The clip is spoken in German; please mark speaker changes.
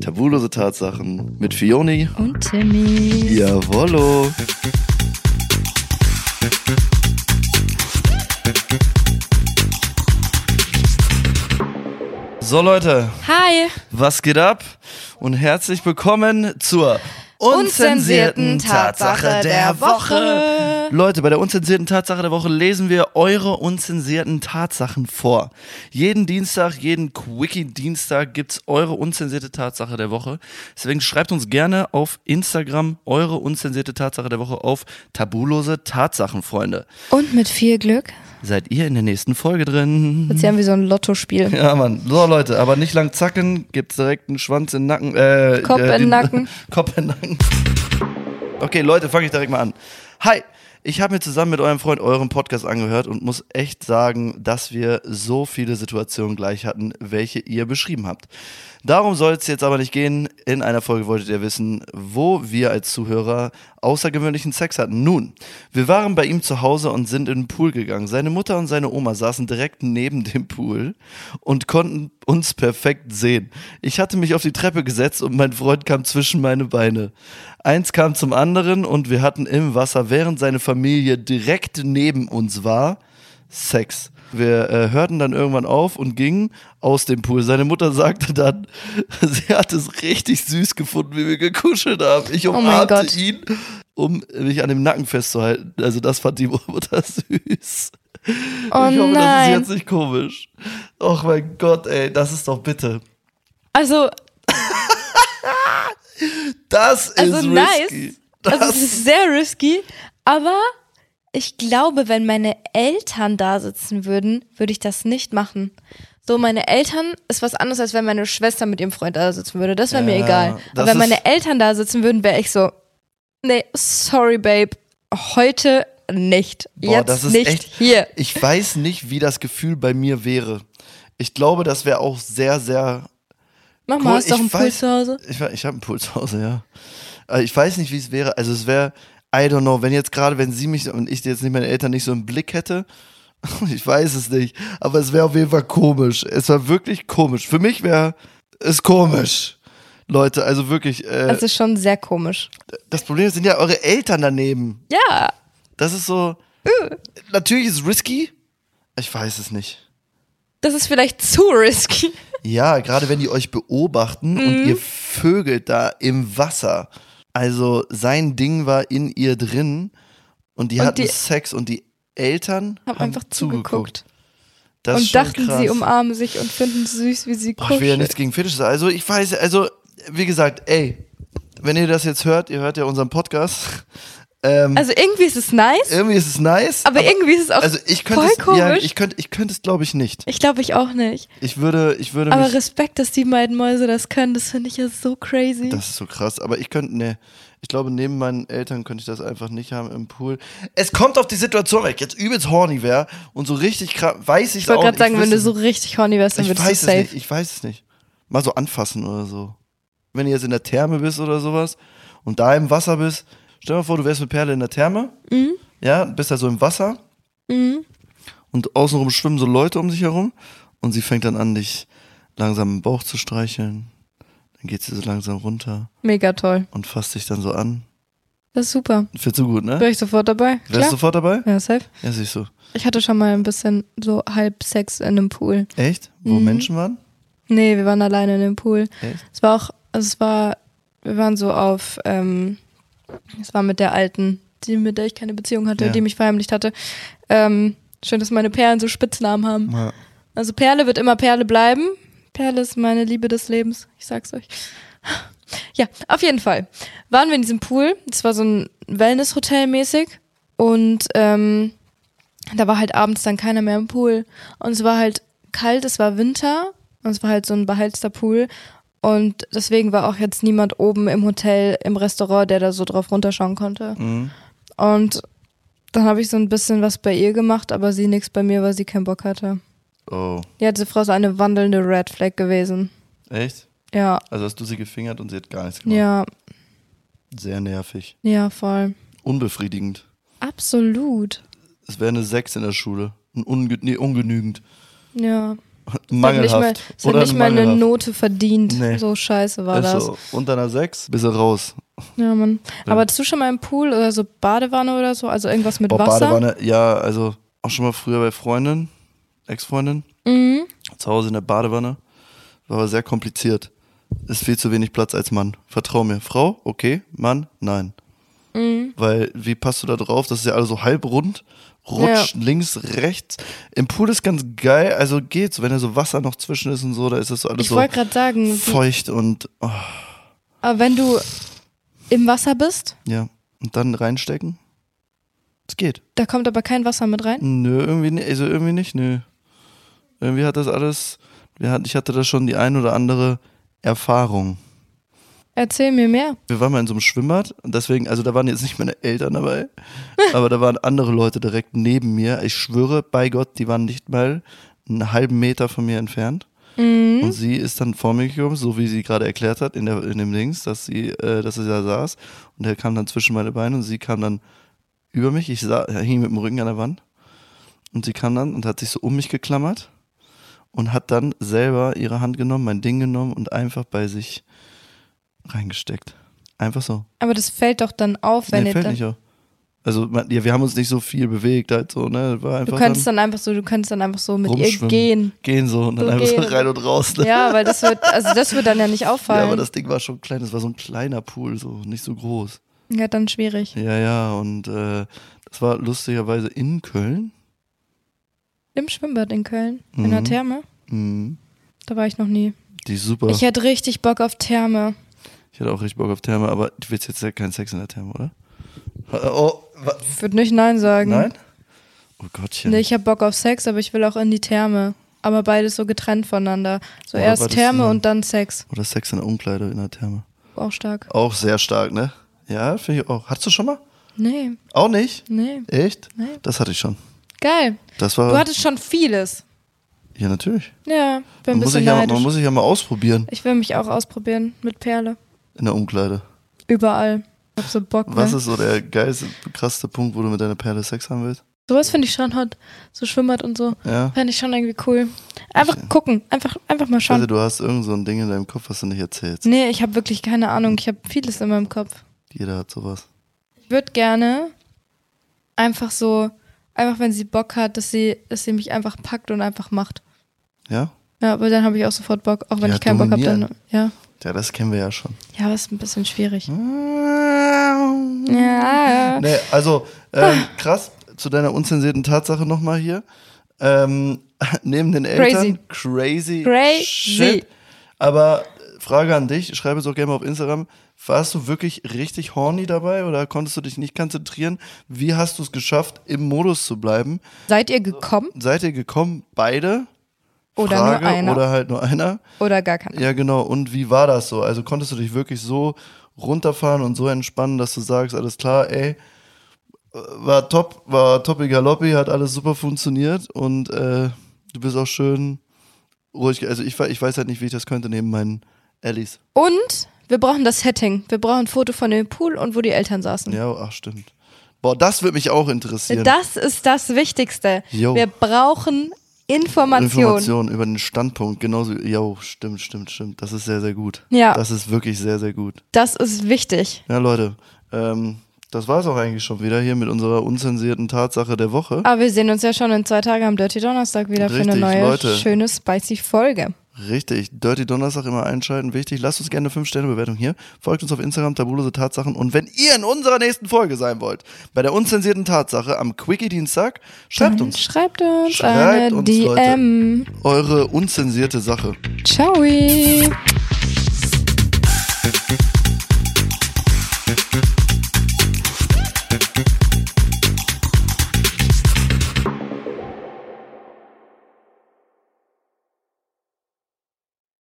Speaker 1: Tabulose Tatsachen mit Fioni.
Speaker 2: Und Timmy.
Speaker 1: Jawollo. So Leute,
Speaker 2: Hi.
Speaker 1: was geht ab? Und herzlich willkommen zur
Speaker 2: Unzensierten Tatsache der Woche.
Speaker 1: Leute, bei der unzensierten Tatsache der Woche lesen wir eure unzensierten Tatsachen vor. Jeden Dienstag, jeden Quickie-Dienstag gibt's eure unzensierte Tatsache der Woche. Deswegen schreibt uns gerne auf Instagram eure unzensierte Tatsache der Woche auf tabulose Tatsachen, Freunde.
Speaker 2: Und mit viel Glück.
Speaker 1: Seid ihr in der nächsten Folge drin?
Speaker 2: Jetzt haben wir so ein Lottospiel.
Speaker 1: Ja, Mann. So, Leute, aber nicht lang zacken. Gibt's direkt einen Schwanz in den Nacken. Äh,
Speaker 2: Kopf
Speaker 1: äh,
Speaker 2: in den Nacken.
Speaker 1: Kopf in den Nacken. Okay, Leute, fange ich direkt mal an. Hi, ich habe mir zusammen mit eurem Freund euren Podcast angehört und muss echt sagen, dass wir so viele Situationen gleich hatten, welche ihr beschrieben habt. Darum soll es jetzt aber nicht gehen. In einer Folge wolltet ihr wissen, wo wir als Zuhörer außergewöhnlichen Sex hatten. Nun, wir waren bei ihm zu Hause und sind in den Pool gegangen. Seine Mutter und seine Oma saßen direkt neben dem Pool und konnten uns perfekt sehen. Ich hatte mich auf die Treppe gesetzt und mein Freund kam zwischen meine Beine. Eins kam zum anderen und wir hatten im Wasser, während seine Familie direkt neben uns war, Sex. Wir äh, hörten dann irgendwann auf und gingen aus dem Pool. Seine Mutter sagte dann, sie hat es richtig süß gefunden, wie wir gekuschelt haben. Ich
Speaker 2: Oh mein
Speaker 1: umarmte
Speaker 2: Gott.
Speaker 1: ihn, um mich an dem Nacken festzuhalten. Also das fand die Mutter süß.
Speaker 2: Oh
Speaker 1: ich hoffe, das ist
Speaker 2: nein.
Speaker 1: jetzt nicht komisch. Och mein Gott, ey, das ist doch bitte.
Speaker 2: Also,
Speaker 1: Das ist
Speaker 2: also nice.
Speaker 1: risky. Das,
Speaker 2: Also, es ist sehr risky. Aber ich glaube, wenn meine Eltern da sitzen würden, würde ich das nicht machen. So, meine Eltern ist was anderes, als wenn meine Schwester mit ihrem Freund da sitzen würde. Das wäre mir
Speaker 1: Ja,
Speaker 2: egal.
Speaker 1: das
Speaker 2: Aber wenn
Speaker 1: ist-
Speaker 2: meine Eltern da sitzen würden, wäre ich so, nee, sorry, Babe, heute nicht.
Speaker 1: Boah,
Speaker 2: Jetzt
Speaker 1: das ist
Speaker 2: nicht
Speaker 1: echt-
Speaker 2: hier.
Speaker 1: ich weiß nicht, wie das Gefühl bei mir wäre. Ich glaube, das wäre auch sehr, sehr.
Speaker 2: Mach
Speaker 1: Cool,
Speaker 2: mal, hast doch
Speaker 1: ich
Speaker 2: einen Pool
Speaker 1: weiß-
Speaker 2: zu Hause.
Speaker 1: Ich, we- ich habe einen Puls zu Hause, ja. Aber ich weiß nicht, wie es wäre. Also es wäre, I don't know, wenn jetzt gerade, wenn sie mich und ich jetzt nicht meine Eltern nicht so im Blick hätte. Ich weiß es nicht. Aber es wäre auf jeden Fall komisch. Es war wirklich komisch. Für mich wäre es komisch. Leute, also wirklich. Äh,
Speaker 2: Das ist schon sehr komisch.
Speaker 1: das Problem sind ja eure Eltern daneben.
Speaker 2: Ja,
Speaker 1: Das ist so. Natürlich ist es risky. Ich weiß es nicht.
Speaker 2: das ist vielleicht zu risky.
Speaker 1: Ja, gerade wenn die euch beobachten und
Speaker 2: Mhm.
Speaker 1: ihr vögelt da im Wasser. Also sein Ding war in ihr drin und die
Speaker 2: Und
Speaker 1: hatten
Speaker 2: die-
Speaker 1: Sex und die Eltern
Speaker 2: Haben einfach zugeguckt
Speaker 1: Das ist
Speaker 2: und
Speaker 1: schon
Speaker 2: dachten,
Speaker 1: krass.
Speaker 2: sie umarmen sich und finden süß, wie sie
Speaker 1: Boah, ich will ja
Speaker 2: kuscheln.
Speaker 1: nichts gegen Fetische sagen. Also ich weiß, also wie gesagt, ey, wenn ihr das jetzt hört, ihr hört ja unseren Podcast. Ähm,
Speaker 2: Also irgendwie ist es nice,
Speaker 1: irgendwie ist es nice.
Speaker 2: aber, irgendwie ist es auch
Speaker 1: Äh, also ich könnte
Speaker 2: voll
Speaker 1: es,
Speaker 2: komisch.
Speaker 1: ja, ich könnte, ich könnte es glaube ich nicht.
Speaker 2: ich glaube, ich auch nicht.
Speaker 1: Ich würde, ich würde
Speaker 2: Aber
Speaker 1: mich.
Speaker 2: Respekt, dass die beiden Mäuse das können, das finde ich ja so crazy.
Speaker 1: Das ist so krass. Aber ich könnte, ne, ich glaube, neben meinen Eltern könnte ich das einfach nicht haben im Pool. Es kommt auf die Situation, wenn ich jetzt übelst horny wäre und so richtig krass, weiß ich
Speaker 2: ich
Speaker 1: es auch
Speaker 2: wollte gerade
Speaker 1: nicht.
Speaker 2: sagen,
Speaker 1: Ich
Speaker 2: wenn du
Speaker 1: wüsste-
Speaker 2: so richtig horny wärst, dann
Speaker 1: Ich
Speaker 2: würdest du
Speaker 1: weiß es
Speaker 2: safe.
Speaker 1: nicht, ich weiß es nicht. Mal so anfassen oder so. Wenn du jetzt in der Therme bist oder sowas und da im Wasser bist, stell dir mal vor, du wärst mit Perle in der Therme,
Speaker 2: Mhm,
Speaker 1: ja, bist da so im Wasser und außenrum schwimmen so Leute um sich herum und sie fängt dann an, dich langsam im Bauch zu streicheln. Dann geht sie so langsam runter
Speaker 2: Mega toll.
Speaker 1: und fasst dich dann so an.
Speaker 2: Das ist super.
Speaker 1: Findest du gut, ne?
Speaker 2: Wäre ich sofort dabei.
Speaker 1: Wärst du
Speaker 2: Klar.
Speaker 1: sofort dabei?
Speaker 2: Ja, safe.
Speaker 1: Ja, siehst du.
Speaker 2: Ich hatte schon mal ein bisschen so halb Sex in einem Pool.
Speaker 1: Echt?
Speaker 2: Mhm.
Speaker 1: Wo Menschen waren?
Speaker 2: Nee, wir waren alleine in dem Pool.
Speaker 1: Echt?
Speaker 2: Es war auch, also es war, wir waren so auf, ähm, es war mit der alten, die, mit der ich keine Beziehung hatte,
Speaker 1: Ja.
Speaker 2: die mich verheimlicht hatte. Ähm, schön, dass meine Perlen so Spitznamen haben.
Speaker 1: Ja.
Speaker 2: Also Perle wird immer Perle bleiben. Perle ist meine Liebe des Lebens. Ich sag's euch. Ja, auf jeden Fall. Waren wir in diesem Pool. Es war so ein Wellness-Hotel mäßig. Und ähm, da war halt abends dann keiner mehr im Pool. Und es war halt kalt, es war Winter. Und es war halt so ein beheizter Pool. Und deswegen war auch jetzt niemand oben im Hotel, im Restaurant, der da so drauf runterschauen konnte.
Speaker 1: Mhm.
Speaker 2: Und dann habe ich so ein bisschen was bei ihr gemacht, aber sie nichts bei mir, weil sie keinen Bock hatte.
Speaker 1: Oh.
Speaker 2: Ja, diese Frau ist eine wandelnde Red Flag gewesen.
Speaker 1: Echt?
Speaker 2: Ja,
Speaker 1: Also hast du sie gefingert und sie hat gar nichts gemacht.
Speaker 2: ja,
Speaker 1: Sehr nervig.
Speaker 2: ja, voll.
Speaker 1: Unbefriedigend.
Speaker 2: Absolut.
Speaker 1: Es wäre eine 6 in der Schule. Ein Unge nee, ungenügend.
Speaker 2: Ja. hat nicht mal,
Speaker 1: Mangelhaft.
Speaker 2: es hat nicht mal eine
Speaker 1: mangelhaft.
Speaker 2: Note verdient.
Speaker 1: Nee. Also,
Speaker 2: So scheiße war
Speaker 1: Ist
Speaker 2: das.
Speaker 1: So, unter einer 6 bist du raus.
Speaker 2: Ja, Mann. Aber hattest du schon mal im Pool oder so Badewanne oder so? Also irgendwas mit
Speaker 1: Boah,
Speaker 2: Wasser?
Speaker 1: Badewanne, ja, also auch schon mal früher bei Freundin, Ex-Freundin,
Speaker 2: Mhm.
Speaker 1: zu Hause in der Badewanne. War aber sehr kompliziert. Ist viel zu wenig Platz als Mann. Vertrau mir. Frau, okay. Mann, nein.
Speaker 2: Mhm.
Speaker 1: Weil, wie passt du da drauf? Das ist ja alles so halbrund, rutscht links, rechts. Im Pool ist ganz geil, also geht's. Wenn da so Wasser noch zwischen ist und so, da ist das so alles
Speaker 2: Ich wollte
Speaker 1: so
Speaker 2: gerade sagen,
Speaker 1: feucht und oh,
Speaker 2: aber wenn du im Wasser bist,
Speaker 1: ja. Und dann reinstecken? Es geht.
Speaker 2: da kommt aber kein Wasser mit rein.
Speaker 1: Nö, irgendwie nicht, also irgendwie nicht, nö. Irgendwie hat das alles, wir hatten, ich hatte da schon die ein oder andere Erfahrung.
Speaker 2: Erzähl mir mehr.
Speaker 1: Wir waren mal in so einem Schwimmbad, und deswegen, also da waren jetzt nicht meine Eltern dabei, aber da waren andere Leute direkt neben mir. Ich schwöre bei Gott, die waren nicht mal einen halben Meter von mir entfernt.
Speaker 2: Mhm.
Speaker 1: Und sie ist dann vor mir gekommen, so wie sie gerade erklärt hat in, der, in dem Dings, dass sie, äh, dass sie da saß. Und er kam dann zwischen meine Beine und sie kam dann über mich. Ich sah, hing mit dem Rücken an der Wand. Und sie kam dann und hat sich so um mich geklammert und hat dann selber ihre Hand genommen, mein Ding genommen und einfach bei sich reingesteckt. Einfach so.
Speaker 2: Aber das fällt doch dann auf, wenn
Speaker 1: Nee,
Speaker 2: ihr
Speaker 1: fällt
Speaker 2: dann,
Speaker 1: nicht auf. Also man, ja, wir haben uns nicht so viel bewegt, halt so, ne? War einfach
Speaker 2: Du könntest dann einfach so, du könntest dann einfach so mit ihr
Speaker 1: rumschwimmen.
Speaker 2: gehen.
Speaker 1: Gehen so und dann
Speaker 2: So
Speaker 1: einfach
Speaker 2: gehen.
Speaker 1: so rein und raus. Ne?
Speaker 2: Ja, weil das wird, also das wird dann ja nicht
Speaker 1: Ja,
Speaker 2: auffallen.
Speaker 1: aber das Ding war schon klein, das war so ein kleiner Pool, so nicht so groß.
Speaker 2: ja dann schwierig.
Speaker 1: Ja, ja, und äh, das war lustigerweise in Köln.
Speaker 2: Im Schwimmbad in Köln, in der
Speaker 1: Mhm.
Speaker 2: Therme.
Speaker 1: Mhm.
Speaker 2: Da war ich noch nie.
Speaker 1: Die ist super.
Speaker 2: Ich
Speaker 1: Ich,
Speaker 2: hätte richtig Bock auf Therme.
Speaker 1: hatte auch richtig Bock auf Therme, aber du willst jetzt ja keinen Sex in der Therme, oder? Oh, wa-
Speaker 2: Ich würde nicht Nein sagen.
Speaker 1: nein? Oh Gottchen.
Speaker 2: Nee, ich habe Bock auf Sex, aber ich will auch in die Therme. Aber beides so getrennt voneinander. So
Speaker 1: Oder
Speaker 2: erst
Speaker 1: beides
Speaker 2: Therme
Speaker 1: zusammen.
Speaker 2: und dann Sex.
Speaker 1: Oder Sex in der Umkleide in der Therme.
Speaker 2: Auch stark.
Speaker 1: Auch sehr stark, ne? Ja, finde ich auch. Hattest du schon mal?
Speaker 2: Nee,
Speaker 1: Auch nicht?
Speaker 2: nee.
Speaker 1: Echt?
Speaker 2: Nee.
Speaker 1: Das hatte ich schon.
Speaker 2: Geil.
Speaker 1: Das war.
Speaker 2: Du hattest schon vieles.
Speaker 1: ja, natürlich.
Speaker 2: Ja, bin ein
Speaker 1: Man muss,
Speaker 2: bisschen
Speaker 1: sich ja, man
Speaker 2: neidisch.
Speaker 1: muss sich ja mal ausprobieren
Speaker 2: ich will mich auch ausprobieren mit Perle.
Speaker 1: in der Umkleide.
Speaker 2: Überall. Ich hab so Bock,
Speaker 1: Was
Speaker 2: ne?
Speaker 1: ist so der geilste, krasseste Punkt, wo du mit deiner Perle Sex haben willst?
Speaker 2: Sowas finde ich schon hot. So Schwimmbad und so.
Speaker 1: Ja.
Speaker 2: Fände ich schon irgendwie cool. Einfach gucken. Einfach, einfach mal
Speaker 1: Ich dachte,
Speaker 2: schauen.
Speaker 1: du hast irgend so ein Ding in deinem Kopf, was du nicht erzählst.
Speaker 2: Nee, ich habe wirklich keine Ahnung. Ich habe vieles in meinem Kopf.
Speaker 1: Jeder hat sowas.
Speaker 2: Ich würde gerne einfach so, einfach wenn sie Bock hat, dass sie, dass sie mich einfach packt und einfach macht.
Speaker 1: Ja?
Speaker 2: Ja, aber dann habe ich auch sofort Bock, auch wenn
Speaker 1: Ja,
Speaker 2: ich keinen Bock habe, dann.
Speaker 1: dominieren.
Speaker 2: Ja.
Speaker 1: Ja, das kennen wir ja schon.
Speaker 2: Ja, aber ist ein bisschen schwierig.
Speaker 1: Hm? Nee,
Speaker 2: Ja.
Speaker 1: also, ähm, krass, zu deiner unzensierten Tatsache nochmal hier. Ähm, neben den Eltern. Crazy.
Speaker 2: Crazy.
Speaker 1: Shit. Aber äh, Frage an dich, schreibe es auch gerne mal auf Instagram. Warst du wirklich richtig horny dabei oder konntest du dich nicht konzentrieren? Wie hast du es geschafft, im Modus zu bleiben?
Speaker 2: Seid ihr gekommen?
Speaker 1: Seid ihr gekommen, beide?
Speaker 2: Oder
Speaker 1: Frage,
Speaker 2: nur einer? Oder,
Speaker 1: Oder halt nur einer?
Speaker 2: gar keiner?
Speaker 1: Ja, genau. Und wie war das so? Also konntest du dich wirklich so runterfahren und so entspannen, dass du sagst, alles klar, ey, äh, war top, war toppy galoppi, hat alles super funktioniert und äh, du bist auch schön ruhig. ge- Also ich, we- ich weiß halt nicht, wie ich das könnte neben meinen Ellis.
Speaker 2: Und wir brauchen das Setting. Wir brauchen ein Foto von dem Pool und wo die Eltern saßen. Äh,
Speaker 1: Ja, ach stimmt. Boah, das würde mich auch interessieren.
Speaker 2: Das ist das Wichtigste.
Speaker 1: Jo.
Speaker 2: Wir brauchen Informationen.
Speaker 1: Informationen über den Standpunkt, genauso, jo, stimmt, stimmt, stimmt. Das ist sehr, sehr gut.
Speaker 2: Ja.
Speaker 1: Das ist wirklich sehr, sehr gut.
Speaker 2: Das ist wichtig.
Speaker 1: Ja, Leute, ähm, das war's auch eigentlich schon wieder hier mit unserer unzensierten Tatsache der Woche.
Speaker 2: Aber wir sehen uns ja schon in zwei Tagen am Dirty Donnerstag wieder für eine
Speaker 1: Richtig,
Speaker 2: neue,
Speaker 1: Leute.
Speaker 2: schöne, spicy Folge.
Speaker 1: Richtig, Dirty Donnerstag immer einschalten, wichtig. Lasst uns gerne eine 5-Sterne-Bewertung hier. Folgt uns auf Instagram, tabulose Tatsachen. Und wenn ihr in unserer nächsten Folge sein wollt, bei der unzensierten Tatsache am Quickie-Dienstag, schreibt
Speaker 2: Dann
Speaker 1: uns
Speaker 2: Schreibt uns
Speaker 1: Schreibt
Speaker 2: eine
Speaker 1: uns,
Speaker 2: DM.
Speaker 1: eure unzensierte Sache.
Speaker 2: Ciao.